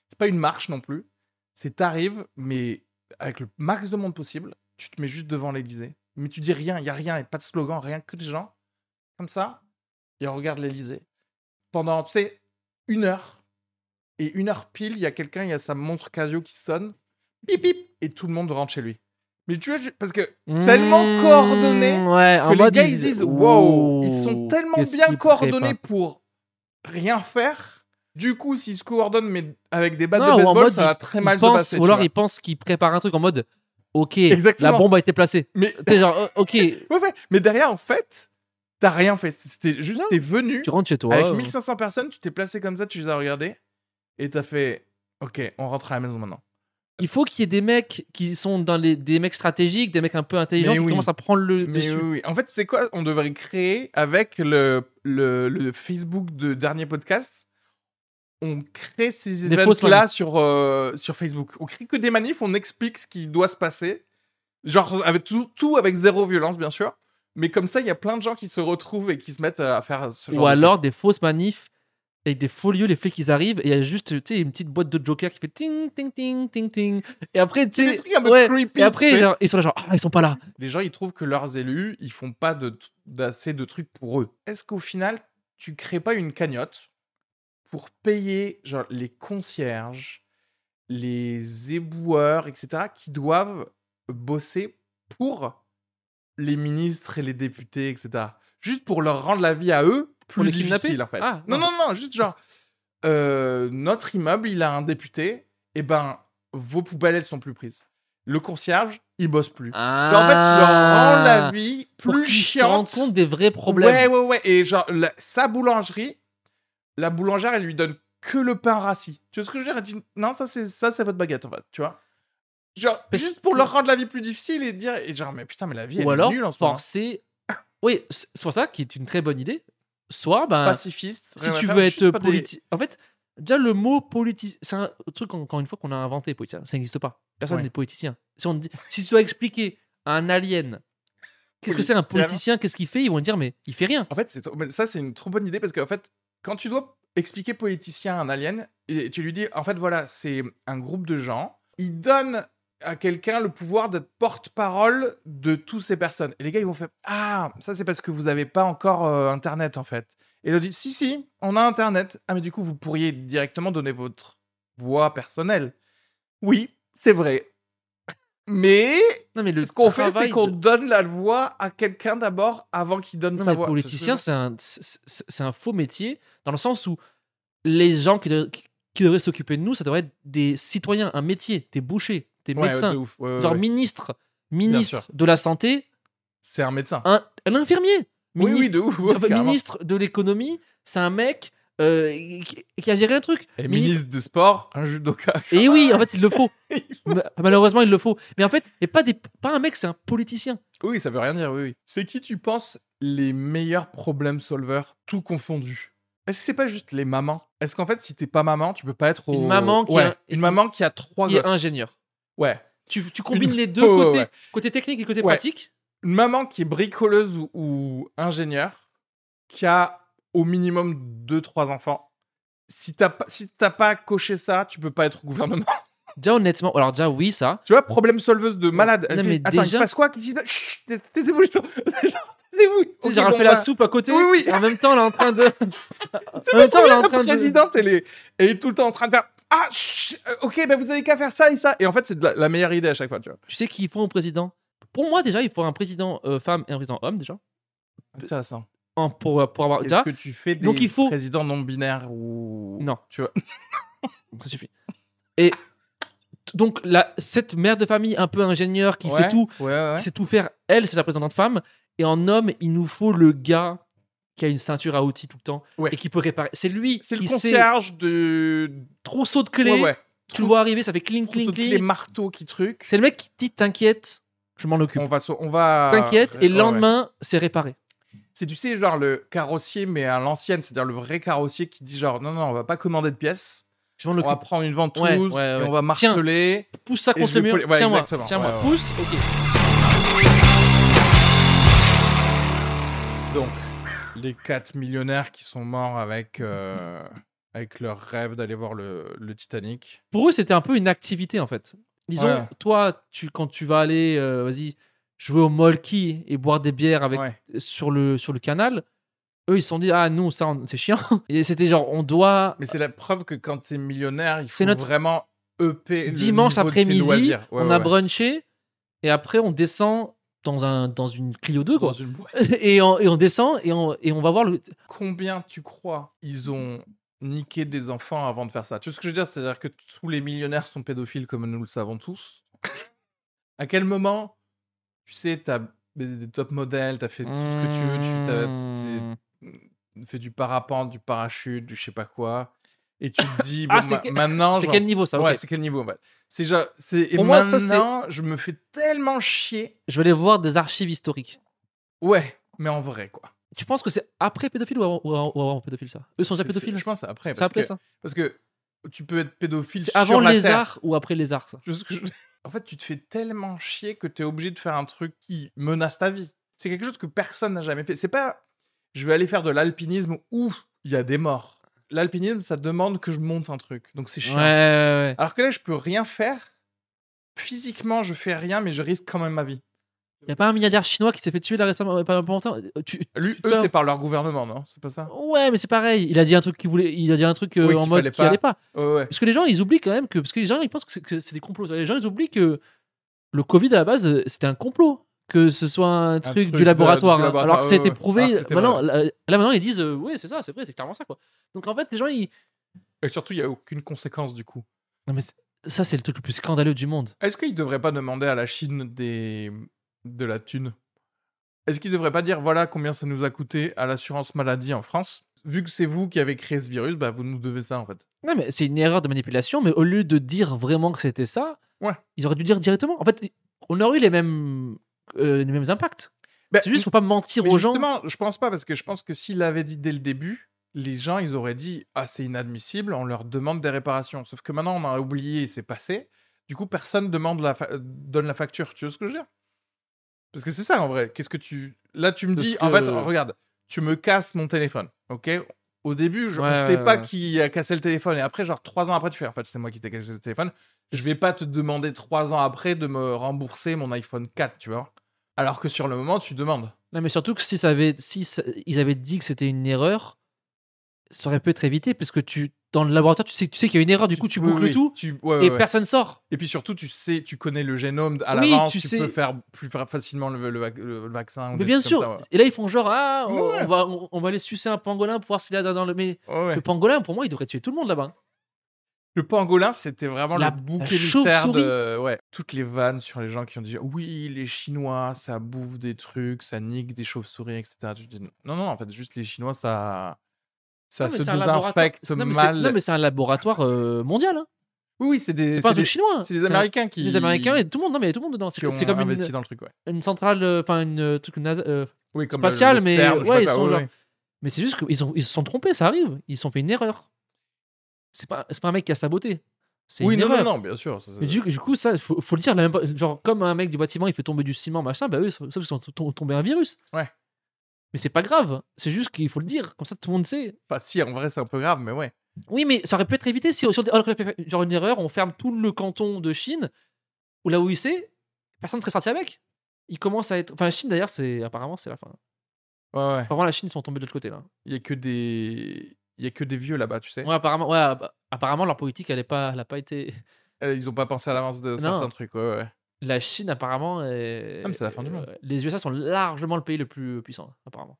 C'est pas une marche non plus. C'est t'arrives, mais avec le max de monde possible, tu te mets juste devant l'Elysée. Mais tu dis rien, il y a rien, y a pas de slogan, rien que des gens. Comme ça, et on regarde l'Elysée. Pendant, tu sais, une heure. Et une heure pile, il y a quelqu'un, il y a sa montre Casio qui sonne. Bip bip Et tout le monde rentre chez lui. Mais tu vois, je- parce que Tellement
hmm,
coordonné
ouais, en
que les
mode,
gars ils disent wow, ils sont
Wow,
tellement
qu'est-ce
bien
qu'ils
coordonnés
préparent.
pour rien faire. Du coup, s'ils se coordonnent mais avec des battes
Non,
de
ou en
baseball,
mode,
ça
ils-
va très
Ils
mal se
pensent-
passer.
Ou
tu
alors
vois.
ils pensent qu'ils préparent un truc en mode, ok,
Exactement.
la bombe a été placée.
mais,
T'es genre, euh, ok,
ouais, ouais. mais derrière, en fait, t'as rien fait. C'était juste,
Non.
t'es venu
tu rentres chez toi.
avec
euh,
1500 personnes, tu t'es placé comme ça, tu les as regardées et t'as fait ok, on rentre à la maison maintenant.
Il faut qu'il y ait des mecs qui sont dans les des mecs stratégiques, des mecs un peu intelligents
Mais
qui
oui.
commencent à prendre le
Mais
dessus.
oui, oui. En fait, c'est quoi On devrait créer avec le, le, le Facebook de dernier podcast. On crée ces
Des fausses
événements-là sur, euh, sur Facebook. On crée que des manifs, on explique ce qui doit se passer. Genre, avec tout, tout avec zéro violence, bien sûr. Mais comme ça, il y a plein de gens qui se retrouvent et qui se mettent à faire ce genre
Ou
de
alors des fausses manifs avec des faux lieux, les flics ils arrivent et il y a juste tu sais, une petite boîte de Joker qui fait ting ting ting ting ting. Et après
truc. C'est
tu
des
sais,
trucs un peu
ouais.
creepy.
et après
tu sais.
genre, ils sont là genre ah ils sont pas là.
les gens, ils trouvent que leurs élus, ils font pas de- d'assez de, trucs pour eux. Est-ce qu'au final, tu crées pas une cagnotte pour payer genre, les concierges, les éboueurs, etc., qui doivent bosser pour les ministres et les députés, etc. Juste pour leur rendre la vie à eux plus
les
difficile,
kidnapper
en fait.
Ah,
non,
non.
non, non, juste genre, euh, notre immeuble, il a un député, et ben, vos poubelles, elles sont plus prises. Le concierge, il bosse plus. Genre, en fait, tu leur rends la vie
Ah. Pour
plus
qu'ils se rendent
chiante.
compte des vrais problèmes.
Ouais, ouais, ouais. Et genre, la- sa boulangerie, la boulangère, elle lui donne que le pain rassis. Tu vois ce que je veux dire Elle dit, non, ça, c'est ça c'est votre baguette, en fait, tu vois Genre,
Parce
juste pour
que-
leur rendre la vie plus difficile et dire, et genre, mais putain, mais la vie, elle
Ou alors
est nulle en ce moment.
penser oui, c- soit ça qui est une très bonne idée, soit ben
Pacifiste.
si
rien à
tu
faire,
veux
juste
être
pas de délire.
politique. En fait, déjà, le mot politique. C'est un truc, encore une fois, qu'on a inventé, politicien. Ça n'existe pas. Personne
Ouais.
n'est politicien. Si, on, dit- si tu dois expliquer à un alien qu'est-ce que c'est un
Politicien.
politicien, qu'est-ce qu'il fait, ils vont dire, mais il fait rien.
En fait, c'est trop- mais ça, c'est une trop bonne idée parce qu'en fait, quand tu dois expliquer politicien à un alien, et tu lui dis, en fait, voilà, c'est un groupe de gens, ils donnent à quelqu'un le pouvoir d'être porte-parole de toutes ces personnes. Et les gars, ils vont faire, ah, ça, c'est parce que vous n'avez pas encore euh, Internet, en fait. Et ils dit, si, si, on a Internet. Ah, mais du coup, vous pourriez directement donner votre voix personnelle. Oui, c'est vrai. Mais
Non, mais le
ce qu'on fait, c'est
travail
qu'on
de-
donne la voix à quelqu'un d'abord avant qu'il donne
Non,
sa
mais
voix.
politicien, c'est un, c'est- c'est c'est un faux métier dans le sens où les gens qui, de- qui- qui devraient s'occuper de nous, ça devrait être des citoyens, un métier. T'es boucher, t'es
Ouais,
médecin,
de ouf, ouais, ouais,
genre
ouais.
ministre, ministre
sûr.
de la santé,
C'est un médecin.
un, un infirmier,
Oui, oui,
ministre
de ouf. ouais,
Enfin,
carrément.
ministre de l'économie, c'est un mec euh, qui, qui a géré un truc.
Et
ministre-
ministre de sport, un judoka.
Et oui, en fait, il le faut. Ma- Malheureusement, il le faut. Mais en fait, et pas, des, pas un mec, c'est un politicien.
Oui, ça veut rien dire, oui, oui. C'est qui, tu penses, les meilleurs problèmes solveurs, tout confondu Est-ce que c'est pas juste les mamans Est-ce qu'en fait, si t'es pas maman, tu peux pas être au...
Une maman qui
Ouais,
a-
Une maman qui a trois
Il est
gosses.
ingénieur.
Ouais.
Tu, tu combines les deux
Oh, ouais,
côtés,
ouais.
côté technique et côté
Ouais.
pratique.
Une maman qui est bricoleuse ou, ou ingénieur, qui a au minimum deux, trois enfants. Si t'as pas, si t'as pas coché ça, tu peux pas être au gouvernement.
Déjà, honnêtement, alors déjà, oui, ça.
Tu vois, problème solveuse de malade. Elle
Non,
fait,
mais
Attends, il se
déjà-
passe quoi Qu'est-ce qui se passe Chut, tais- taisez-vous les gens. Genre, Taisez-vous.
Tu sais,
Ok,
genre, elle
bon,
fait
bah,
la soupe à côté.
Oui, oui.
et en même temps, elle est en train de.
C'est
En
pas
même temps, elle est en
la
train de-
présidente, elle, est, elle est tout le temps en train de faire Ah, chut, euh, ok, ben vous avez qu'à faire ça et ça. Et en fait, c'est de la, la meilleure idée à chaque fois, tu vois.
tu sais qu'il faut un président Pour moi, déjà, il faut un président euh, femme et un président homme, déjà.
Intéressant.
En- pour, pour avoir.
Est-ce
Bah, déjà,
que tu fais des
Donc, il faut-
présidents non binaires ou.
Non.
Tu vois.
Ça suffit. Et t- donc la, cette mère de famille un peu ingénieur qui fait tout,
Ouais, ouais, ouais.
qui sait tout faire, elle, c'est la présidente femme. Et en homme, il nous faut le gars qui a une ceinture à outils tout le temps
Ouais.
et qui peut réparer. C'est lui
C'est
qui
le
sait
concierge de.
trousseau de clés.
Ouais, ouais.
Tu le vois arriver, ça fait cling,
Trousseau
cling,
de clés,
cling.
marteau qui truc.
C'est le mec qui dit T'inquiète, je m'en occupe.
On va. so- On va...
T'inquiète, et le
Ouais, ouais.
lendemain, c'est réparé.
C'est, tu sais, genre le carrossier, mais à l'ancienne, c'est-à-dire le vrai carrossier qui dit genre non, non, on va pas commander de pièces,
Je m'en
on va
occupe.
prendre une ventouse,
Ouais, ouais, ouais.
et on va
Tiens.
marteler.
Pousse ça
Et
contre
je
le
vais
mur.
coller- ouais,
tiens-moi,
exactement.
tiens-moi.
Ouais, ouais.
Pousse, ok.
Donc, les quatre millionnaires qui sont morts avec, euh, avec leur rêve d'aller voir le, le Titanic.
Pour eux, c'était un peu une activité en fait. Disons,
Ouais.
toi, tu, quand tu vas aller, euh, vas-y, jouer au molki et boire des bières avec,
Ouais.
sur, le, sur le canal, eux, ils se sont dit, ah, nous, ça, on- c'est chiant. Et c'était genre, on doit.
Mais c'est la preuve que quand t'es millionnaire, il
C'est
faut
notre
vraiment EP le
dimanche
niveau de tes
après-midi,
loisirs. Ouais,
on
ouais,
a
ouais.
brunché et après, on descend dans, un, dans une Clio 2,
Dans
quoi.
une boîte.
et, on, et on descend et on, et on va voir le.
Combien tu crois ils ont niqué des enfants avant de faire ça Tu vois ce que je veux dire C'est-à-dire que tous les millionnaires sont pédophiles, comme nous le savons tous. à quel moment, tu sais, t'as baisé des top modèles, t'as fait tout ce que tu veux, tu t'as- t'es-
Mmh.
fait du parapente, du parachute, du je sais pas quoi. Et tu te dis, bon,
Ah, c'est
ma-
que-
maintenant,
C'est
genre-
quel niveau ça Ok.
ouais, c'est quel niveau en fait C'est genre, c'est et
Pour moi, ça, c'est-
maintenant, je me fais tellement chier.
Je vais aller voir des archives historiques.
Ouais, mais en vrai quoi.
Tu penses que c'est après pédophile ou avant, ou avant- ou avant pédophile ça Eux sont déjà
C'est- c'est-
pédophiles
Je pense que c'est après,
C'est
parce,
après
que,
ça
parce que tu peux être pédophile
C'est
sur
avant
la
les
terre.
arts ou après les arts ça
Tu vois ce que je- En fait, tu te fais tellement chier que tu es obligé de faire un truc qui menace ta vie. C'est quelque chose que personne n'a jamais fait. C'est pas je vais aller faire de l'alpinisme où il y a des morts. L'alpinisme, ça demande que je monte un truc. Donc c'est
Ouais,
chiant.
ouais, ouais.
Alors que là, je peux rien faire. Physiquement, je fais rien, mais je risque quand même ma vie.
Y a pas un milliardaire chinois qui s'est fait tuer là récemment, euh, pas pas longtemps Euh, tu-
Lui,
peux
eux,
avoir-
c'est par leur gouvernement, non C'est pas ça
Ouais, mais c'est pareil. Il a dit un truc qu'il voulait, il a dit un truc euh,
Oui, qu'il
en mode
fallait
qui allait pas.
Ouais, ouais.
Parce que les gens, ils oublient quand même que parce que les gens, ils pensent que c'est- que c'est des complots. Les gens, ils oublient que le Covid à la base, euh, c'était un complot, que ce soit un truc,
truc de-
du laboratoire,
du
hein.
laboratoire,
alors que
ouais,
c'était
ouais.
prouvé.
Alors que c'était
maintenant, là, là, maintenant, ils disent, euh, ouais, c'est ça, c'est vrai, c'est clairement ça quoi. Donc en fait, les gens, ils
Et surtout, il n'y a aucune conséquence du coup.
Non, mais c'est- ça, c'est le truc le plus scandaleux du monde.
Est-ce qu'ils devraient pas demander à la Chine des... de la thune Est-ce qu'ils devraient pas dire voilà combien ça nous a coûté à l'assurance maladie en France Vu que c'est vous qui avez créé ce virus, bah vous nous devez ça en fait.
Non, mais c'est une erreur de manipulation, mais au lieu de dire vraiment que c'était ça,
Ouais.
ils auraient dû dire directement. En fait, on aurait eu les mêmes, euh, les mêmes impacts.
Bah,
c'est juste, faut pas mentir
mais
aux gens.
justement, je pense pas parce que je pense que s'ils l'avaient dit dès le début, les gens ils auraient dit ah c'est inadmissible, on leur demande des réparations. Sauf que maintenant on a oublié, c'est passé. Du coup personne demande la fa- euh, donne la facture. Tu vois ce que je veux dire Parce que c'est ça en vrai. Qu'est-ce que tu là tu me
Parce
dis
que-
en fait regarde, tu me casses mon téléphone, ok Au début je
Ouais,
ne sais
ouais,
pas
ouais.
qui a cassé le téléphone et après genre trois ans après tu fais en fait c'est moi qui t'ai cassé le téléphone. Je vais pas te demander trois ans après de me rembourser mon iPhone 4, tu vois Alors que sur le moment tu demandes.
Non, mais surtout que si, ça avait, si ça- ils avaient dit que c'était une erreur, ça aurait pu être évité, parce que tu, dans le laboratoire, tu sais, tu sais qu'il y a une erreur, du coup, tu
oui,
boucles
oui,
tout
tu- ouais,
et
ouais, ouais.
personne sort.
Et puis surtout, tu sais, tu connais le génome à
Oui,
l'avance,
tu
tu,
sais-
peux faire plus fa- facilement le, le vac- le- le vaccin. ou
Mais
des
bien
trucs
sûr.
comme ça, ouais.
Et là, ils font genre, ah, on,
Ouais.
on va, on, on va aller sucer un pangolin pour voir ce qu'il a dans le. Mais
Ouais, ouais.
le pangolin, pour moi, il devrait tuer tout le monde là-bas.
Le pangolin, c'était vraiment
La-
le bouc
la
émissaire
chauve-souris.
de. Ouais. Toutes les vannes sur les gens qui ont dit oui, les Chinois, ça bouffe des trucs, ça nique des chauves-souris, etc. Tu te dis, non, non, en fait, juste les Chinois, ça. Ça
Non, mais
se
c'est un laboratoire-
désinfecte
Non, mais c'est-
mal.
Non, mais c'est un laboratoire euh, mondial. hein.
Oui, oui, c'est des.
C'est pas un
c'est
truc
des-
chinois. hein.
c'est des
un-
Américains qui.
c'est des Américains et tout le monde. Non, mais il y a tout le monde dedans.
qui
C'est
ont
c'est comme une,
investi dans le truc, ouais.
une centrale, euh, enfin une euh, truc NASA. euh,
Oui, comme
Spatial, mais,
CERN, je sais
ouais,
pas
ils
quoi,
sont genre- Mais c'est juste qu'ils ont- ils se sont trompés, ça arrive. Ils ont fait une erreur. C'est pas, c'est pas un mec qui a saboté. C'est
Oui,
une
non,
erreur.
non, non, bien sûr. ça, c'est-
Mais du, du coup, ça, faut, faut le dire, la même pa- genre, comme un mec du bâtiment, il fait tomber du ciment, machin, bah eux, sauf qu'ils sont tom- tombés un virus.
Ouais.
Mais c'est pas grave, c'est juste qu'il faut le dire, comme ça tout le monde sait.
Enfin, si, en vrai, c'est un peu grave, mais ouais.
Oui, mais ça aurait pu être évité si, si on dit, oh, on a fait genre une erreur, on ferme tout le canton de Chine, ou là où il sait, personne ne serait sorti avec. Il commence à être. Enfin, la Chine d'ailleurs, c'est apparemment, c'est la fin.
Ouais, ouais.
Apparemment, la Chine, ils sont tombés de l'autre côté là.
Il y a que des. Il y a que des vieux là-bas, tu sais.
Ouais, apparemment, ouais, app- apparemment leur politique, elle n'a pas, elle a pas été.
Euh, Ils ont pas pensé à l'avance de certains trucs. Ouais, ouais.
La Chine, apparemment. est-
Ah, mais c'est la fin du monde.
euh, Les USA sont largement le pays le plus puissant, apparemment.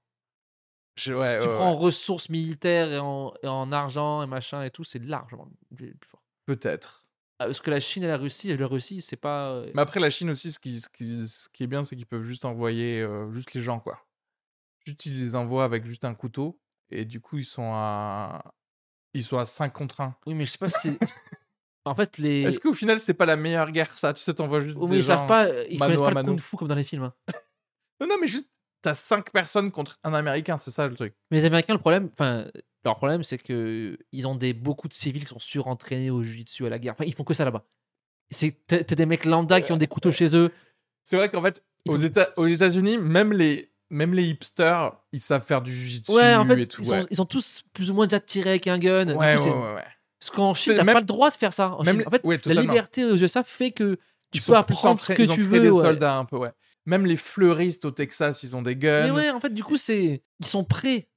Je- ouais,
tu
ouais,
prends
Euh, ouais.
en ressources militaires et en, et en argent et machin et tout, c'est largement le plus fort.
Peut-être.
Ah, Parce que la Chine et la Russie, et la Russie, c'est pas. euh,
Mais après, la Chine aussi, ce qui, ce qui, ce qui est bien, c'est qu'ils peuvent juste envoyer euh, juste les gens, quoi. Juste, ils les envoient avec juste un couteau. Et du coup, ils sont à, ils sont à 5 contre 1.
Oui, mais je sais pas si. c'est- en fait, les.
Est-ce qu'au final, c'est pas la meilleure guerre, ça Tu sais, t'envoies juste
Oui,
des
mais ils
gens...
savent pas, euh, ils
mano
connaissent
à
pas le
mano.
kung fu comme dans les films. hein.
Non, non, mais juste, t'as 5 personnes contre un Américain, c'est ça, le truc.
Mais les Américains, le problème, enfin, leur problème, c'est que euh, ils ont des beaucoup de civils qui sont surentraînés au jiu-jitsu à la guerre. Enfin, ils font que ça là-bas. C'est t'as t'as des mecs lambda qui ont des couteaux chez eux.
C'est vrai qu'en fait, aux, Éta- aux États-Unis, même les... même les hipsters, ils savent faire du jiu-jitsu
Ouais, en fait,
et tout.
ils, sont,
ouais.
ils sont tous plus ou moins déjà tirés avec un gun. Du coup,
Ouais,
c'est-
ouais, ouais, ouais.
Parce qu'en Chine,
C'est
t'as
même-
pas le droit de faire ça. En,
Même
Chine.
les-
En fait,
ouais,
la
totalement.
liberté aux USA fait que tu
Ils sont
peux
plus
apprendre ce
entraî-
que
ils ont
tu
créé
veux.
des
ouais.
soldats un peu, ouais. Même les fleuristes au Texas, ils ont des guns.
Mais ouais, en fait, du coup, c'est ils sont prêts.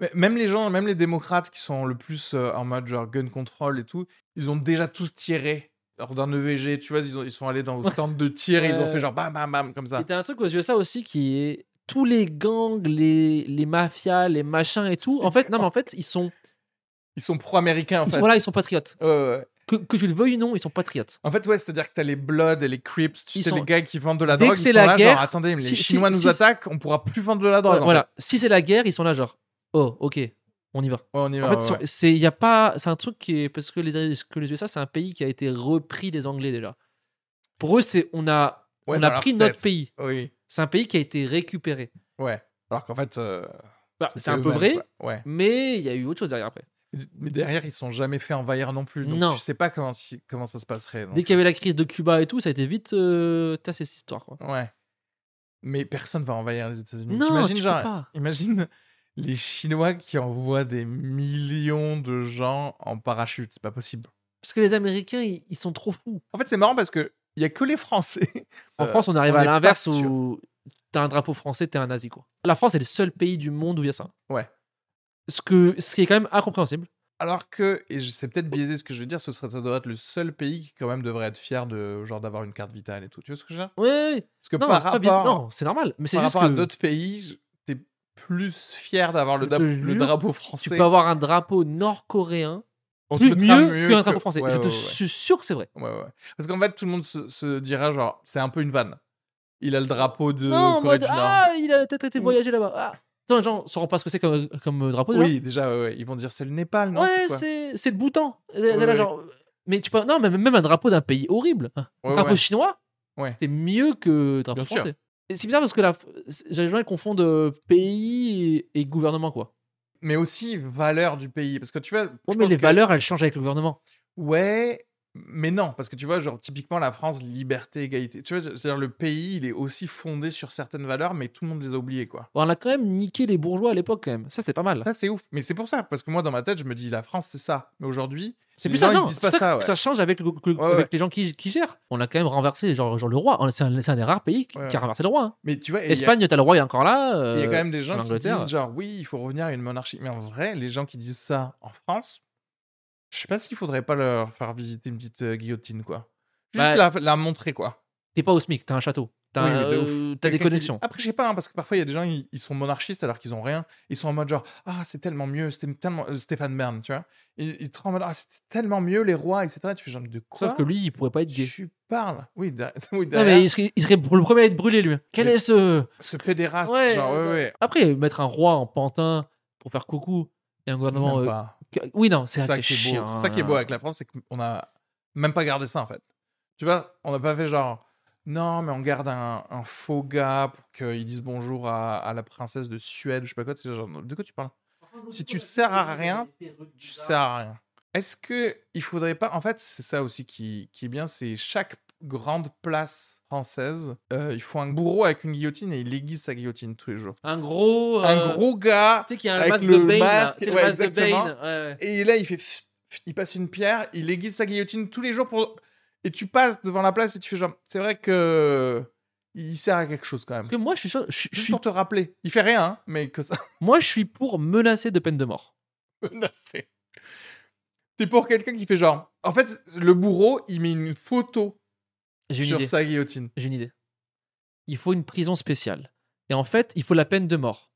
Mais Même les gens, même les démocrates qui sont le plus euh, en mode genre gun control et tout, ils ont déjà tous tiré lors d'un EVG, tu vois, ils, ont- ils sont allés dans le stand de tir et ils ont
Ouais.
fait genre bam bam bam comme ça.
Et t'as un truc aux USA aussi qui est tous les gangs, les, les mafias, les machins et tout. En fait, non, mais en fait, ils sont,
Ils sont pro-américains en
ils
fait.
sont voilà, ils sont patriotes.
Ouais, ouais, ouais.
Que, que tu le veuilles ou non, ils sont patriotes.
En fait, ouais, c'est-à-dire que t'as les Bloods et les Crips, tu
Ils
sais,
sont-
les gars qui vendent de la
Dès
drogue,
que
ils
c'est
sont
la
là,
guerre,
genre attendez, mais les
si- si-
Chinois nous
si-
attaquent, on pourra plus vendre de la drogue.
Ouais,
en
voilà. Si c'est la guerre, ils sont là genre, oh, ok, on y va.
fait. hein. Ouais, on y va.
En fait,
ouais,
ils sont-
ouais.
c'est il y a pas, c'est un truc qui est parce que les que les USA, c'est un pays qui a été repris des Anglais déjà. Pour eux, c'est on a
Ouais,
on
dans
a
leur
pris notre
tête.
pays.
Oui,
C'est un pays qui a été récupéré.
ouais. Alors qu'en fait, euh,
Bah,
c'était
c'est un peu
eux-mêmes,
vrai,
quoi. Ouais.
mais il y a eu autre chose derrière après.
Mais derrière, ils sont jamais fait envahir non plus. Donc
Non.
tu sais pas comment, si- comment ça se passerait. donc,
Dès qu'il y avait la crise de Cuba et tout, ça a été vite euh, tassé cette histoire. Quoi.
Ouais. Mais personne va envahir les États-Unis.
Non,
T'imagines,
tu peux
genre,
pas.
imagine les Chinois qui envoient des millions de gens en parachute. C'est pas possible.
Parce que les Américains, ils, ils sont trop fous.
En fait, c'est marrant parce que il y a que les Français.
En
Euh,
France, on arrive
on
à
n'est pas
l'inverse
sûr.
où t'as un drapeau français, t'es un nazi. Quoi. La France est le seul pays du monde où il y a ça.
Ouais.
Ce, que, ce qui est quand même incompréhensible.
Alors que, et je- c'est peut-être
Oh.
biaisé ce que je veux dire, ce serait ça doit être le seul pays qui quand même devrait être fier de genre d'avoir une carte vitale et tout. Tu vois ce que je veux dire
Ouais, ouais, ouais.
Parce que
non,
par
c'est pas bizarre.
rapport,
Non, c'est normal. Mais c'est
par
juste
rapport à
que
d'autres pays, je- t'es plus fier d'avoir le,
Je te
dap- le
jure,
drapeau français.
tu peux avoir un drapeau nord-coréen
On se
plus
mettra
mieux, qu'un
que-
drapeau français.
Ouais,
Je
ouais,
te
ouais.
suis sûr que c'est vrai.
Ouais, ouais. Parce qu'en fait, tout le monde se, se dira genre, c'est un peu une vanne. Il a le drapeau de
non, en
Corée
mode,
du Nord.
ah, il a peut-être été
Mm.
voyager là-bas. Ah. Attends, les gens ne sauront pas ce que c'est comme, comme drapeau. déjà.
oui, déjà, ouais, ouais. ils vont dire c'est le Népal, non
ouais,
quoi
c'est c'est le Bhoutan. Euh,
Ouais,
là,
ouais.
genre, mais tu peux, non, mais même un drapeau d'un pays horrible, un
Ouais,
drapeau
ouais.
chinois,
Ouais.
c'est mieux que drapeau
Bien sûr.
français. Et c'est bizarre parce que là, j'avais gens ils confondent euh, pays et, et gouvernement quoi.
Mais aussi valeur du pays, parce que tu vois.
Ouais,
je
mais
pense
les
que-
valeurs elles changent avec le gouvernement.
Ouais, mais non, parce que tu vois, genre typiquement la France, liberté, égalité. Tu vois, c'est-à-dire le pays, il est aussi fondé sur certaines valeurs, mais tout le monde les a oubliées, quoi.
Bon, on a quand même niqué les bourgeois à l'époque quand même. Ça c'est pas mal.
Ça, c'est ouf. Mais c'est pour ça, parce que moi, dans ma tête, je me dis la France, c'est ça. Mais aujourd'hui,
C'est
les
plus
gens,
ça,
ils se
non,
disent
c'est
pas
ça,
ça,
que
ouais.
ça change avec, le- que-
Ouais,
avec
ouais.
les gens qui, qui gèrent. On a quand même renversé genre, genre le roi. C'est un, c'est un des rares pays qui,
Ouais,
qui a
ouais.
renversé le roi. hein.
mais tu vois, et il y a-
Espagne, t'as le roi, il est encore là.
Il y a quand
euh,
même des gens qui
l'Angleterre.
disent genre oui, il faut revenir à une monarchie. Mais en vrai, les gens qui disent ça en France, je sais pas s'il faudrait pas leur faire visiter une petite euh, guillotine quoi. Juste
Bah-
la, la montrer quoi.
T'es pas au SMIC, t'as un château. T'as
Oui,
un-
mais de ouf.
euh, t'as des
Quelqu'un qui-
connexions.
Après, je sais pas hein, parce que parfois il y a des gens ils, ils sont monarchistes alors qu'ils ont rien. Ils sont en mode genre ah c'est tellement mieux, c'était tellement euh, Stéphane Bern, tu vois. Ils, ils te rendent en mode ah c'était tellement mieux les rois etc. Tu fais genre de Ah, quoi
Sauf que lui, il pourrait pas être gay.
Tu parles. Oui, derrière- oui,
Non,
derrière,
mais il serait, il serait le premier à être brûlé, lui. Quel
Mais-
est ce.
ce pédéraste
Ouais,
genre ouais
euh,
ouais.
Après, mettre un roi en pantin pour faire coucou et un gouvernement.
Même
euh,
pas.
que- Oui, non, c'est
C'est
vrai
ça
que
qui
c'est
est beau.
chiant. hein.
C'est ça qui est beau avec la France, c'est qu'on a même pas gardé ça en fait. Tu vois, on n'a pas fait genre non, mais on garde un, un faux gars pour qu'ils disent bonjour à, à la princesse de Suède, je sais pas quoi. t'es genre, de quoi tu parles Si tu sers à rien, Tu sers à rien. Est-ce que il faudrait pas En fait, c'est ça aussi qui, qui est bien, c'est chaque grande place française, euh, il faut un bourreau avec une guillotine et il aiguise sa guillotine tous les jours.
Un gros. euh,
Un gros gars
Tu sais qu'il y a un
avec
masque
le
de Bane. là.
masque,
Tu sais,
ouais,
le masque de
exactement.
Bane. ouais, ouais.
Et là, il fait. pfft, pfft, Il passe une pierre, il aiguise sa guillotine tous les jours pour. Et tu passes devant la place et tu fais genre. C'est vrai que. Il sert à quelque chose quand même.
Parce que moi, je suis, sûr- je suis- je
Juste
suis-
pour te rappeler. Il fait rien, hein, mais que ça
moi, je suis pour menacer de peine de mort.
menacer. T'es pour quelqu'un qui fait genre. En fait, le bourreau, il met une photo
J'ai une
sur
idée.
sa guillotine.
J'ai une idée. Il faut une prison spéciale. Et en fait, il faut la peine de mort.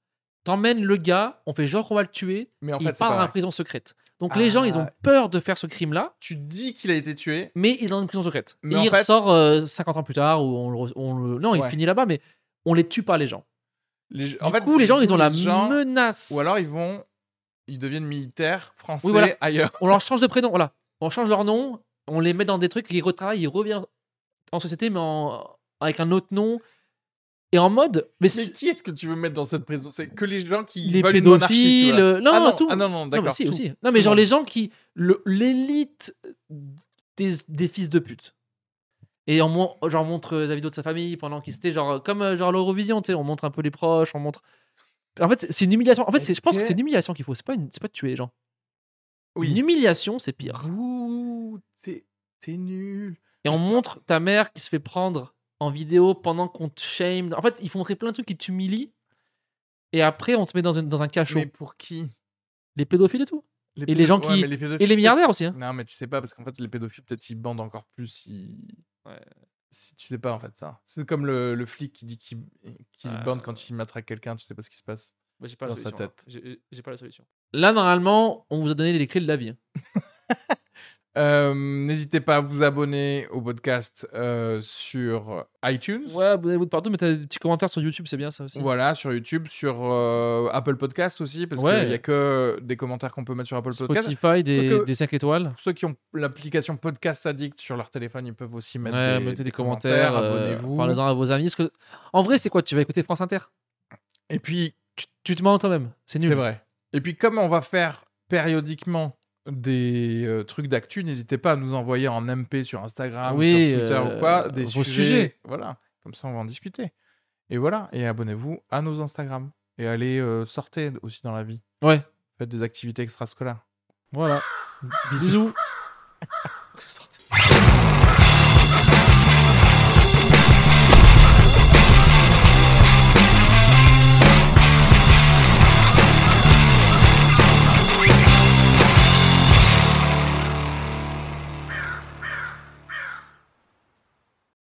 T'emmènes le gars, on fait genre qu'on va le tuer,
Mais en
il
fait, c'est
part à
pas
la
vrai.
prison secrète. Donc les gens, ils ont
Ah.
peur de faire ce crime-là,
Tu dis qu'il a été tué.
mais il est dans une prison secrète.
Mais
et
en
il
fait-
ressort euh, 50 ans plus tard, ou on le. re- on le- Non,
Ouais.
il finit là-bas, mais on les tue pas, les gens.
Les-
du coup, les gens, ils ont la
gens-
menace.
Ou alors ils vont, ils deviennent militaires français
Oui, voilà.
ailleurs.
On leur change de prénom, voilà. On change leur nom, on les met dans des trucs, ils retravaillent, ils reviennent en société, mais en- avec un autre nom. Et en mode. Mais,
Mais
c'est-
qui est-ce que tu veux mettre dans cette prison C'est que les gens qui
les
veulent une monarchie, tu
pédophiles.
vois.
euh, Non,
Ah non,
tout.
ah non, non,
Non, mais
d'accord.
si,
tout.
aussi.
tout
Non,
le
mais genre
monde.
les gens qui. le- L'élite des, des fils de pute. Et on mon- genre, on montre euh, la vidéo de sa famille pendant qu'il c'était genre. Comme euh, genre l'Eurovision, tu sais, on montre un peu les proches, on montre. En fait, c'est une humiliation. En fait, c'est-
Est-ce
je pense que,
que-
c'est une humiliation qu'il faut. C'est pas, une- c'est pas de tuer les gens. Une
Oui.
humiliation, c'est pire.
Bouh, t'es t'es nul.
Et on montre ta mère qui se fait prendre en vidéo pendant qu'on te shame. En fait, ils font montrer plein de trucs qui t'humilient. Et après, on te met dans un, dans un cachot.
Mais pour qui
Les pédophiles et tout. Et les
pédo-
gens qui-
mais
Et
pédophiles-
les milliardaires aussi. hein.
Non, mais tu sais pas parce qu'en fait les pédophiles peut-être ils bandent encore plus si.
Ouais.
Si tu sais pas en fait ça. C'est comme le, le flic qui dit qu'il qu'il
Ouais.
bande quand il matraque quelqu'un, tu sais pas ce qui se passe.
Bah, j'ai pas
dans
la
sa
solution. là.
tête.
J'ai- euh, J'ai pas la solution. Là, normalement, on vous a donné les clés de la vie. hein.
Euh, N'hésitez pas à vous abonner au podcast euh, sur iTunes.
Ouais, abonnez-vous de partout, mettez des petits commentaires sur YouTube, c'est bien ça aussi.
Voilà, sur YouTube, sur euh, Apple Podcast aussi, parce
Ouais.
qu'il n'y a que des commentaires qu'on peut mettre sur Apple Podcast.
Spotify, des,
Quoique-
des 5 étoiles.
Pour ceux qui ont l'application Podcast Addict sur leur téléphone, ils peuvent aussi mettre
Ouais,
des,
mettez des commentaires, euh,
abonnez-vous.
parlez-en à vos amis. Parce que, en vrai, c'est quoi Tu vas écouter France Inter
Et puis,
tu, tu te mens toi-même, c'est nul.
c'est vrai. Et puis, comme on va faire périodiquement des euh, trucs d'actu, n'hésitez pas à nous envoyer en MP sur Instagram, ou
Oui,
sur Twitter
euh,
ou quoi, des
vos
sujets.
sujets.
Voilà, comme ça on va en discuter. Et voilà, et abonnez-vous à nos Instagram. Et allez, euh, sortez aussi dans la vie.
Ouais.
Faites des activités extrascolaires.
Voilà. Bisous.